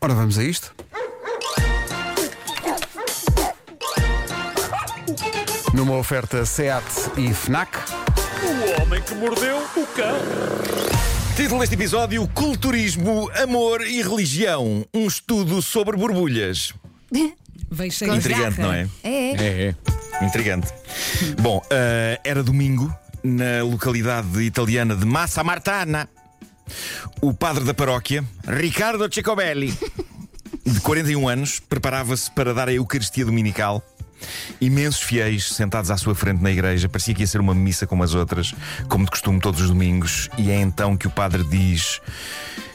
Ora, vamos a isto. Numa oferta SEAT e FNAC. O homem que mordeu o cão. Título deste episódio: Culturismo, Amor e Religião. Um estudo sobre borbulhas. Veio cheio de Intrigante, garra. não é? É, é. É, é. Intrigante. Bom, eh, era domingo, na localidade italiana de Massa Martana. O padre da paróquia, Ricardo Cicobelli, de 41 anos, preparava-se para dar a Eucaristia Dominical. Imensos fiéis sentados à sua frente na igreja, parecia que ia ser uma missa como as outras, como de costume todos os domingos, e é então que o padre diz: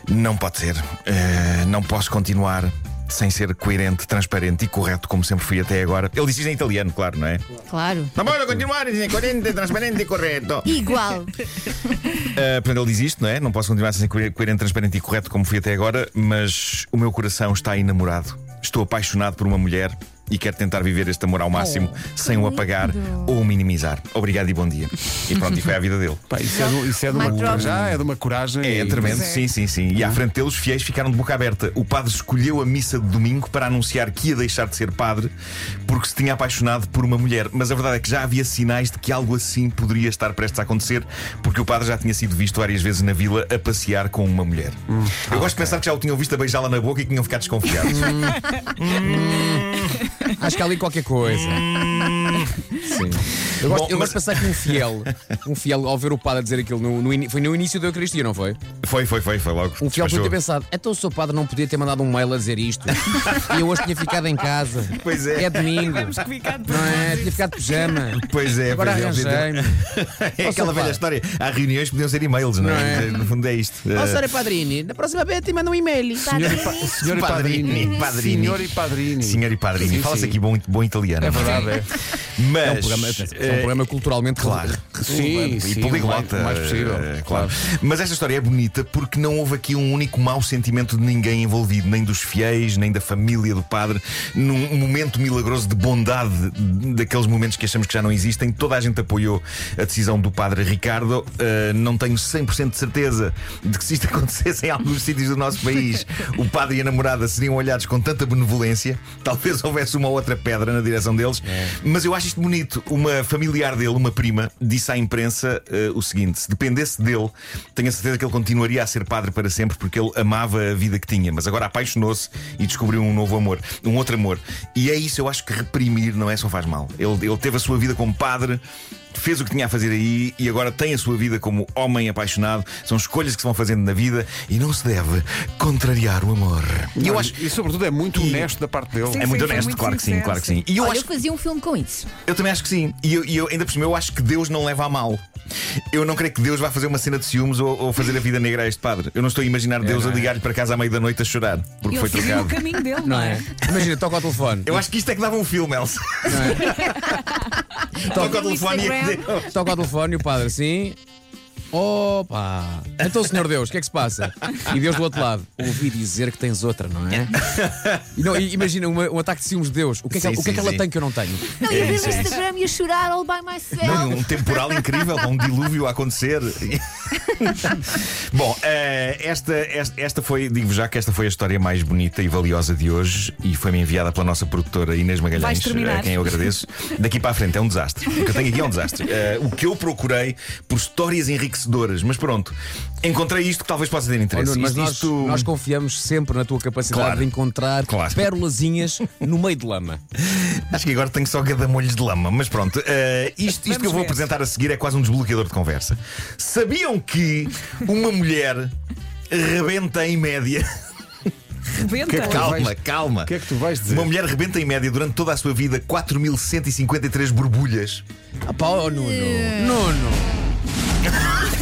Não pode ser, Eh, não posso continuar sem ser coerente, transparente e correto como sempre fui até agora. Ele diz isto em italiano, claro, não é? claro. Não pode continuar sem coerente, transparente e correto. Igual. Uh, portanto, ele diz isto, não é? Não posso continuar sem ser coer- coerente, transparente e correto como fui até agora, mas o meu coração está enamorado. Estou apaixonado por uma mulher e quero tentar viver este amor ao máximo sem o apagar ou o minimizar. Obrigado e bom dia. E pronto, e foi a vida dele. Pá, isso, é de, isso é de uma Mic drop. coragem. Já é de uma coragem. É, e- tremendo, é. sim, sim, sim. Ah. E à frente deles, os fiéis ficaram de boca aberta. O padre escolheu a missa de domingo para anunciar que ia deixar de ser padre porque se tinha apaixonado por uma mulher. Mas a verdade é que já havia sinais de que algo assim poderia estar prestes a acontecer, porque o padre já tinha sido visto várias vezes na vila a passear com uma mulher. Hum. Eu gosto de pensar que já o tinham visto a beijá-la na boca e que tinham ficado desconfiados. Hum. Acho que há ali qualquer coisa. Sim. Eu Hum. gosto, Bom, eu mas- gosto de pensar que um fiel, um fiel ao ver o padre dizer aquilo no, no ini- foi no início da Eucaristia, não foi? foi, foi, foi, foi logo. Um fiel podia Despachou. ter pensado, então o seu padre não podia ter mandado um mail a dizer isto. e eu hoje tinha ficado em casa. Pois é. É domingo. Temos que ficar de Não é? Tinha ficado de pijama. Pois é, Agora pois é, podia ter- arranjei-me. É Ó, aquela Sr. velha Padre. história. Há reuniões que podiam ser e-mails, não, é? Não é? No fundo é isto. Ó, Eh, senhora Padrini, na próxima vez te manda um e-mail. Senhor e, pa- senhor e padrini. Padrini, padrini. Senhor e padrini. Senhor e padrinho, Sim, fala-se sim. aqui bom, bom italiano. É verdade, é. Mas, É um programa, atenção, é um eh, programa culturalmente Claro. Sim, E sim, poliglota. O mais, o mais possível. eh, claro. Mas esta história é bonita porque não houve aqui um único mau sentimento de ninguém envolvido, nem dos fiéis, nem da família do padre. Num momento milagroso de bondade, daqueles momentos que achamos que já não existem, toda a gente apoiou a decisão do padre Ricardo. Eh, não tenho 100% de certeza de que se isto acontecesse em alguns sítios do nosso país, o padre e a namorada seriam olhados com tanta benevolência. Talvez houvesse uma outra pedra na direção deles. É. Mas eu acho isto bonito. Uma familiar dele, uma prima, disse à imprensa eh, o seguinte: se dependesse dele, tenho a certeza que ele continuaria a ser padre para sempre porque ele amava a vida que tinha, mas agora apaixonou-se e descobriu um novo amor, um outro amor. E é isso, eu acho que reprimir não é só faz mal. Ele, ele teve a sua vida como padre. Fez o que tinha a fazer aí e agora tem a sua vida como homem apaixonado. São escolhas que se vão fazendo na vida e não se deve contrariar o amor. E eu acho. E sobretudo é muito E- honesto da parte dele. Sim, É muito foi honesto, muito claro que sim, sincero, claro que sim. sim. E eu Olha, acho eu fazia um filme com isso. eu também acho que sim. E eu, e eu- ainda por cima, eu acho que Deus não leva a mal. Eu não creio que Deus vá fazer uma cena de ciúmes ou, ou fazer a vida negra a este padre. Eu não estou a imaginar Deus a ligar-lhe para casa à meia da noite a chorar porque Ele foi seguiu o trocado. caminho dele, Não é? Imagina, toca ao telefone. Eu acho que isto é que dava um filme, Elsa. Toca o telefone e a dizer. Toca ao telefone e o padre assim. Opa! Então, Senhor Deus, o que é que se passa? E Deus do outro lado, ouvi dizer que tens outra, não é? E não, e imagina uma- um ataque de ciúmes de Deus. O que é que, Sim, o que, é sim, que ela sim. tem que eu não tenho? Não, eu É vi isso, no é isso. Instagram e a chorar all by myself. Não, um temporal incrível, um dilúvio a acontecer. Bom, eh, esta, esta, esta foi, digo já que esta foi a história mais bonita e valiosa de hoje e foi-me enviada pela nossa produtora Inês Vais Magalhães, terminar. a quem eu agradeço. Daqui para a frente é um desastre. O que eu tenho aqui é um desastre. Eh, o que eu procurei por histórias enriquecedoras, mas pronto, encontrei isto que talvez possa ter Oh, interesse. Nuno, mas Isto- nós, isto- nós confiamos sempre na tua capacidade um- Claro. de encontrar Claro. pérolazinhas no meio de lama. Acho que agora tenho só gadamolhos de lama, mas pronto. eh, isto isto que eu Vamos vou ver. apresentar a seguir é quase um desbloqueador de conversa. Sabiam que uma mulher rebenta em média. rebenta. que é que tu- Calma, vais- calma. O que é que tu vais dizer? Uma mulher rebenta em média durante toda a sua vida 4.153 borbulhas. Ah, pá, oh, Nuno! Nuno!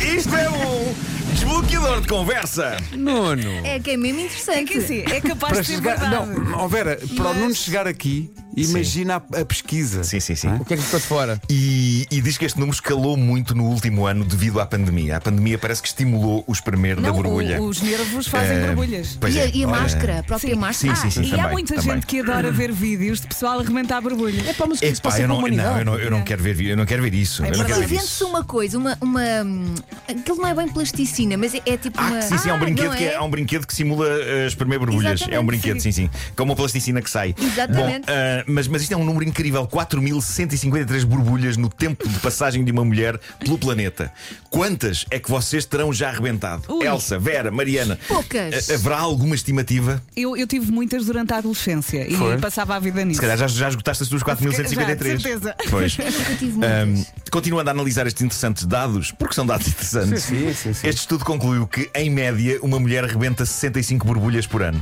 Isto é um desbloqueador de conversa. Nuno! É que é mesmo interessante. É que assim, é capaz Para de ser chegar- verdade. Não, ó Vera, para o Mas- Nuno chegar aqui Imagina a, a pesquisa. Sim, sim, sim. Não é? O que é que ficou de fora? E, e diz que este número escalou muito no último ano devido à pandemia. A pandemia parece que estimulou o espremer da Não, o- borbulha. os nervos fazem Eh, borbulhas. pois e a, é, e a olha, máscara, a própria máscara. Sim, sim, e há também, muita também. gente que adora ver vídeos de pessoal a arrebentar borbulhas. É para mas o que é que se Epá, passa eu não, para a não, humanidade? eu não, eu não É. quero ver, vi- eu não quero ver isso. Ah, eu não Porque quero ver invente-se isso. uma coisa, uma, uma. hum, Aquilo não é bem plasticina, mas é, é tipo Ah, uma. que sim, sim, é um, Ah, brinquedo não que é, há um brinquedo que simula uh, espremer borbulhas. É um Exatamente, brinquedo, sim, sim. sim. Como uma plasticina que sai. Exatamente. Bom, ah, mas, mas isto é um número incrível: 4.153 borbulhas no tempo de passagem de uma mulher pelo planeta. Quantas é que vocês terão já arrebentado? Ui. Elsa, Vera, Mariana. Poucas. Ah, Haverá alguma estimativa? Eu, eu tive muitas durante a adolescência Foi? e passava a vida nisso. Se calhar já, já esgotaste as tuas 4.153. Já, de certeza. Pois. Eu nunca tive Ahm, muitas. continuando a analisar estes interessantes dados, porque são dados interessantes, Sim, sim, sim, sim. este estudo concluiu que, em média, uma mulher arrebenta 65 borbulhas por ano.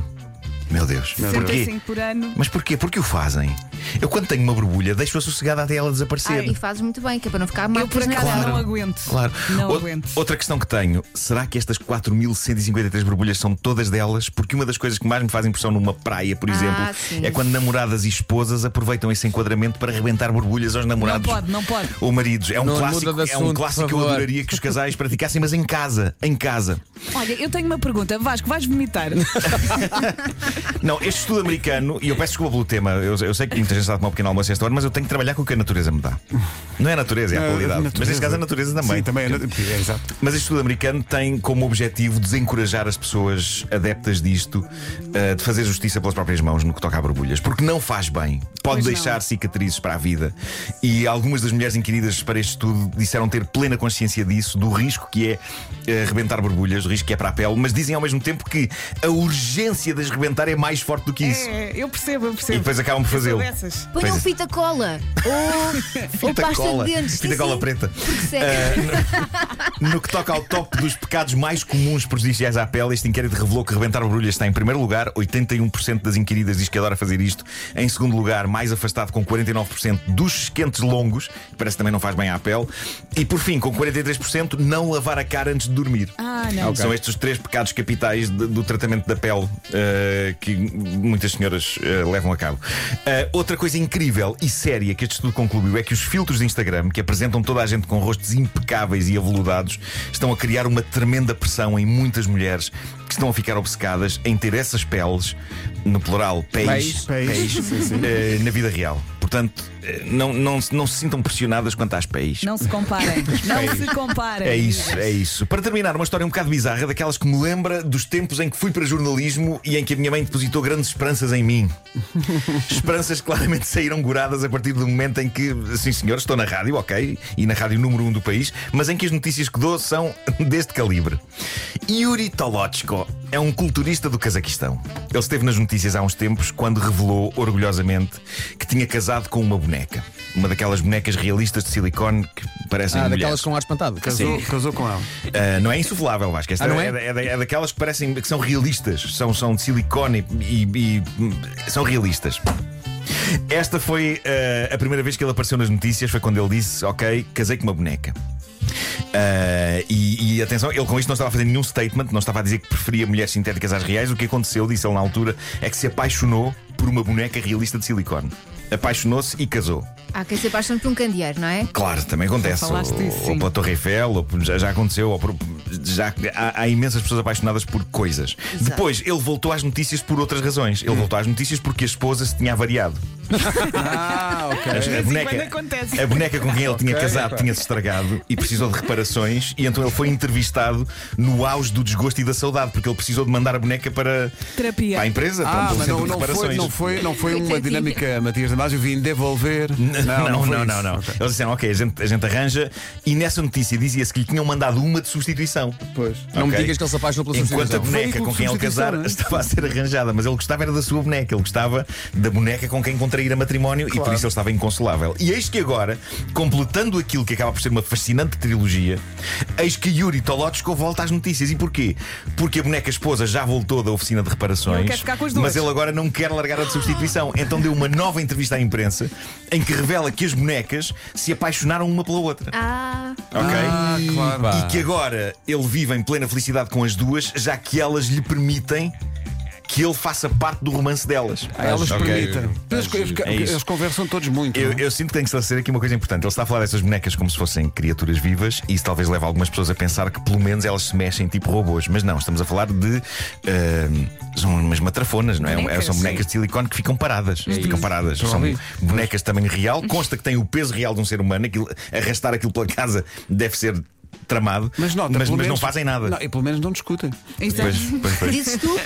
Meu Deus. Porquê? 65 por ano. Mas porquê? Porque o fazem? Eu, quando tenho uma borbulha, deixo-a sossegada até ela Ah, desaparecer. e fazes muito bem, que é para não ficar mal Eu por acaso não aguento. Claro. Não O- aguento. Outra questão que tenho: será que estas 4.153 borbulhas são todas delas? Porque uma das coisas que mais me faz impressão numa praia, por Ah, exemplo, sim. é quando namoradas e esposas aproveitam esse enquadramento para arrebentar borbulhas aos namorados. Não pode, não pode. Ou maridos. É um Não clássico, muda de é um assunto, clássico por que eu favor. adoraria que os casais praticassem, mas em casa. Em casa. Olha, eu tenho uma pergunta. Vasco, vais vomitar? Não, este estudo americano, e eu peço desculpa pelo tema, eu, eu sei que muita gente está a tomar um pequeno almoço a esta hora, mas eu tenho que trabalhar com o que a natureza me dá. Não é a natureza, é a Ah, qualidade. Mas neste natureza. caso a natureza também. Sim, também é, nat- é, exato. Mas este estudo americano tem como objetivo desencorajar as pessoas adeptas disto eh, de fazer justiça pelas próprias mãos no que toca a borbulhas, porque não faz bem. Pode Pois deixar não. cicatrizes para a vida. E algumas das mulheres inquiridas para este estudo disseram ter plena consciência disso, do risco que é eh, rebentar borbulhas, do risco que é para a pele, mas dizem ao mesmo tempo que a urgência de as rebentar é mais forte do que isso. É, eu percebo, eu E percebo. depois acabam por Eu sou fazê-lo. dessas. Põe Pois um é. fita cola ou, ou Fita pasta cola. de dentes. Fita Sim, cola sim, preta. Porque é seca. Eh. No que toca ao top dos pecados mais comuns prejudiciais à pele, este inquérito revelou que rebentar borbulhas está em primeiro lugar. 81% das inquiridas diz que adora fazer isto. Em segundo lugar, mais afastado com 49% dos esquentes longos, que parece que também não faz bem à pele. E por fim, com 43%, não lavar a cara antes de dormir. Ah, não. Ok. São estes os três pecados capitais de- do tratamento da pele eh, que muitas senhoras eh, levam a cabo. Eh, outra coisa incrível e séria que este estudo concluiu é que os filtros de Instagram, que apresentam toda a gente com rostos impecáveis e aveludados, estão a criar uma tremenda pressão em muitas mulheres que estão a ficar obcecadas em ter essas peles, no plural, Pés. pés, Pés, sim, sim. eh, na vida real. Portanto, eh, não, não, se- não se sintam pressionadas quanto às pés. Não se comparem. Não se comparem. É isso, é isso. Para terminar, uma história um bocado bizarra, daquelas que me lembra dos tempos em que fui para jornalismo e em que a minha mãe depositou grandes esperanças em mim. esperanças que claramente saíram goradas a partir do momento em que, sim senhor, estou na rádio, ok, e na rádio número um do país, mas em que as notícias que dou são deste calibre. Yuri Tolochko é um culturista do Cazaquistão. Ele esteve nas notícias há uns tempos quando revelou orgulhosamente que tinha casado com uma boneca. Uma daquelas bonecas realistas de silicone que parecem Ah, mulheres. daquelas com ar espantado. Casou, casou com ela. Uh, não é insuflável, Vasco. Esta Ah, não é? é? da- da- é daquelas que parecem que são realistas, são, são de silicone e, e- e- são realistas. Esta foi uh, a primeira vez que ele apareceu nas notícias, foi quando ele disse: Ok, casei com uma boneca. Uh, e, e atenção, ele com isto não estava a fazer nenhum statement, não estava a dizer que preferia mulheres sintéticas às reais. O que aconteceu, disse ele na altura, é que se apaixonou por uma boneca realista de silicone. Apaixonou-se e casou. Há quem se apaixone por um candeeiro, não é? Claro, também acontece. Ou, falaste disso, ou sim. pela Torre Eiffel, ou por- já, já aconteceu, ou por- já, há, há imensas pessoas apaixonadas por coisas. Depois, ele voltou às notícias por outras razões. Hum. Ele voltou às notícias porque a esposa se tinha avariado. Ah, ok. A- A, em quando acontece. a boneca com quem ele tinha Ok, casado epá. tinha-se estragado e precisou de reparações, e então ele foi entrevistado no auge do desgosto e da saudade, porque ele precisou de mandar a boneca para, Terapia. para a empresa, para Ah, um mas centro não, de não, foi, reparações. não, foi, não foi uma Coitadinha. dinâmica, Matias Damasio, vim devolver. Não, não, foi não, não. isso. Ok. Eles disseram, ok, a gente, a gente arranja. E nessa notícia dizia-se que lhe tinham mandado uma de substituição. Pois. Não me Ok. digas que ele se apaixonou pela Enquanto a substituição. boneca com quem ele substituição, casar não é? estava a ser arranjada, mas ele gostava era da sua boneca, ele gostava da boneca com quem contraíra matrimónio e por isso ele estava inconsolável. E eis que agora, completando aquilo que acaba por ser uma fascinante trilogia, eis que Yuri Tolotsko volta às notícias. E porquê? Porque a boneca esposa já voltou da oficina de reparações, Ele quer ficar com as duas. mas ele agora não quer largar a de substituição. Então deu uma nova entrevista à imprensa em que revela que as bonecas se apaixonaram uma pela outra. Ah, Ok? Ah, claro. Pá. E que agora ele vive em plena felicidade com as duas, já que elas lhe permitem. que ele faça parte do romance delas. Ah, elas Ok? permitem. Eles, giro. eles- É isso. eles conversam todos muito. Eu, não é? eu sinto que tenho que esclarecer aqui uma coisa importante. Ele está a falar dessas bonecas como se fossem criaturas vivas, e isso talvez leve algumas pessoas a pensar que pelo menos elas se mexem tipo robôs. Mas não, estamos a falar de. ahm, são umas matrafonas, não é? Bonecas, são bonecas de silicone que ficam paradas. Ficam paradas. São ali. bonecas de tamanho real, consta que têm o peso real de um ser humano. Aquilo- arrastar aquilo pela casa deve ser tramado, Mas nota, mas, pelo mas não menos- fazem nada. Não, e pelo menos não discutem. Isso é- Pois, pois, pois. Dizes tu?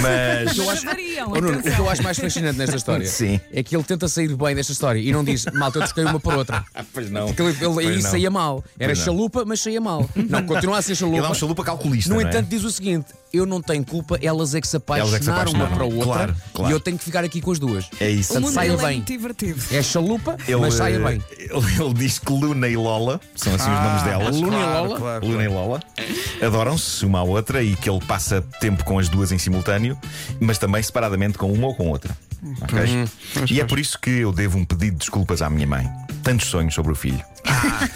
Mas. Mas variam, Ô, Nuno, o que atenção. eu acho mais fascinante nesta história Sim. é que ele tenta sair bem desta história e não diz, malta, eu troquei uma por outra. Ah, Pois não. Porque ele, ele Pois aí não. saía mal. Era Pois não. chalupa, mas saía mal. Não, continua a ser chalupa. Ele é um chalupa calculista. No não é? entanto, diz o seguinte: eu não tenho culpa, elas é que se apaixonaram, Elas é que se uma apaixonaram. para a outra Claro, claro. e eu tenho que ficar aqui com as duas. É isso. O Portanto, mundo saia dele é bem. muito divertido. É chalupa, mas saia bem. eh, Ah, Ele, ele diz que Luna e Lola são assim os nomes delas. Luna e claro, Lola? claro, Luna e Lola adoram-se uma à outra e que ele passa tempo com as duas em simultâneo, mas também separadamente com uma ou com outra. Hum, Ok? E é por isso que eu devo um pedido de desculpas à minha mãe. Tantos sonhos sobre o filho. Ah,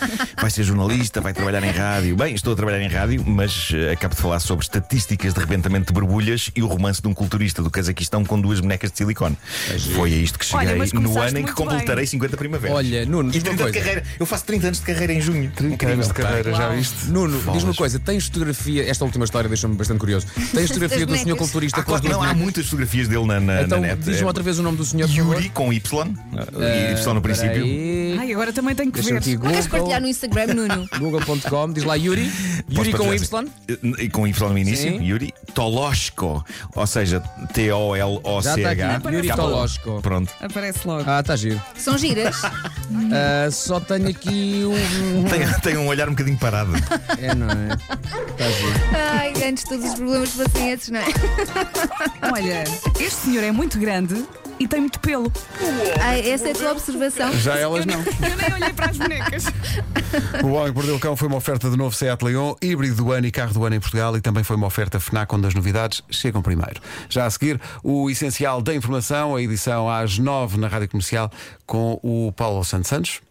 vai ser jornalista, vai trabalhar em rádio. Bem, estou a trabalhar em rádio, mas eh, acabo de falar sobre estatísticas de rebentamento de borbulhas e o romance de um culturista do Cazaquistão com duas bonecas de silicone. É Foi a isto que Olha, cheguei mas no começaste ano em que muito completarei 50 primaveras. Olha, Nuno, e diz uma 30 de coisa. carreira. Eu faço 30 anos de carreira em junho. 30 anos de Incrível. carreira, já viste? Nuno, diz uma coisa: tens fotografia, esta última história deixou-me bastante curioso. Tens fotografia do bonecas. senhor culturista Há, com as Ah, claro, duas não, há bonecas? muitas fotografias dele na, na, Então na net. É, diz-me outra vez o nome do senhor por favor. Yuri com Y. e y no Espera princípio. aí. Ai, agora também tenho que Deixa-me ver. aqui Não queres partilhar no Google. Instagram, Nuno? Google.com, diz lá Yuri. Yuri Posso com partilhar? Y. Eh, Com Y no início, Sim. Yuri Tolosco, ou seja, Já está aqui, T-O-L-O-C-H. Yuri Capa- Tolosco. Pronto. Aparece logo. Ah, está giro. São giras? Ah, só tenho aqui um. Tem, tem um olhar um bocadinho parado. É, não é? Está giro. Ai, antes todos os problemas fossem esses, não é? Olha, este senhor é muito grande e tem muito pelo. Ai, essa é a tua observação. Já elas não. Eu nem olhei para as bonecas. O Homem que Mordeu o Cão foi uma oferta de novo Seat Leon, híbrido do ano e carro do ano em Portugal e também foi uma oferta FNAC onde as novidades chegam primeiro. Já a seguir, o essencial da informação, a edição às nove na Rádio Comercial com o Paulo Santos Santos.